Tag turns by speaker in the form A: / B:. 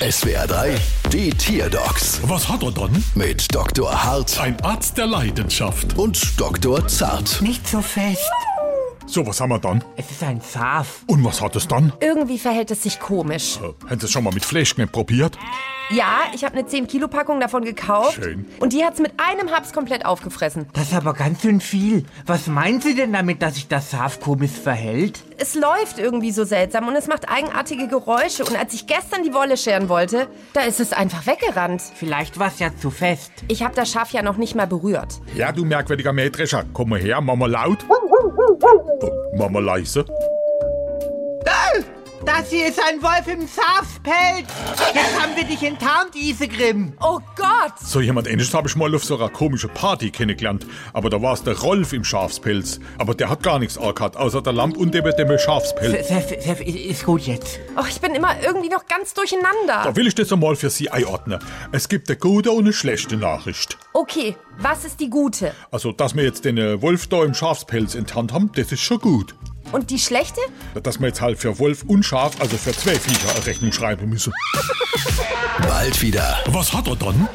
A: SWR 3, die Tierdocs
B: Was hat er dann?
A: mit Dr. Hart
B: Ein Arzt der Leidenschaft.
A: und Dr. Zart.
C: Nicht so fest.
B: So, was haben wir dann?
C: Es ist ein Schaf.
B: Und was hat es dann?
D: Irgendwie verhält es sich komisch.
B: Äh, Hättest du es schon mal mit Fleischknepp probiert?
D: Ja, ich habe eine 10-Kilo-Packung davon gekauft.
B: Schön.
D: Und die hat's mit einem Haps komplett aufgefressen.
C: Das ist aber ganz schön viel. Was meinen Sie denn damit, dass sich das Schaf komisch verhält?
D: Es läuft irgendwie so seltsam und es macht eigenartige Geräusche. Und als ich gestern die Wolle scheren wollte, da ist es einfach weggerannt.
C: Vielleicht war es ja zu fest.
D: Ich habe das Schaf ja noch nicht mal berührt.
B: Ja, du merkwürdiger Mähdrescher. Komm mal her, Mama laut. Äh, Mama leise.
C: Das hier ist ein Wolf im Schafspelz. Jetzt haben wir dich enttarnt, Isegrim.
D: Oh Gott!
B: So jemand ähnliches habe ich mal auf so einer komischen Party kennengelernt. Aber da war es der Rolf im Schafspelz. Aber der hat gar nichts arkat, außer der Lamp und dem, dem Schafspelz.
C: Sef, Sef, Äh, i- ist gut jetzt.
D: Oh, ich bin immer irgendwie noch ganz durcheinander.
B: Da will ich das einmal für Sie einordnen. Es gibt eine gute und eine schlechte Nachricht.
D: Okay, was ist die gute?
B: Also, dass wir jetzt den äh, Wolf da im Schafspelz enttarnt haben, das ist schon gut.
D: Und die schlechte?
B: Dass wir jetzt halt für Wolf und Schaf, also für zwei Viecher, eine Rechnung schreiben müssen.
A: Bald wieder.
B: Was hat er dann?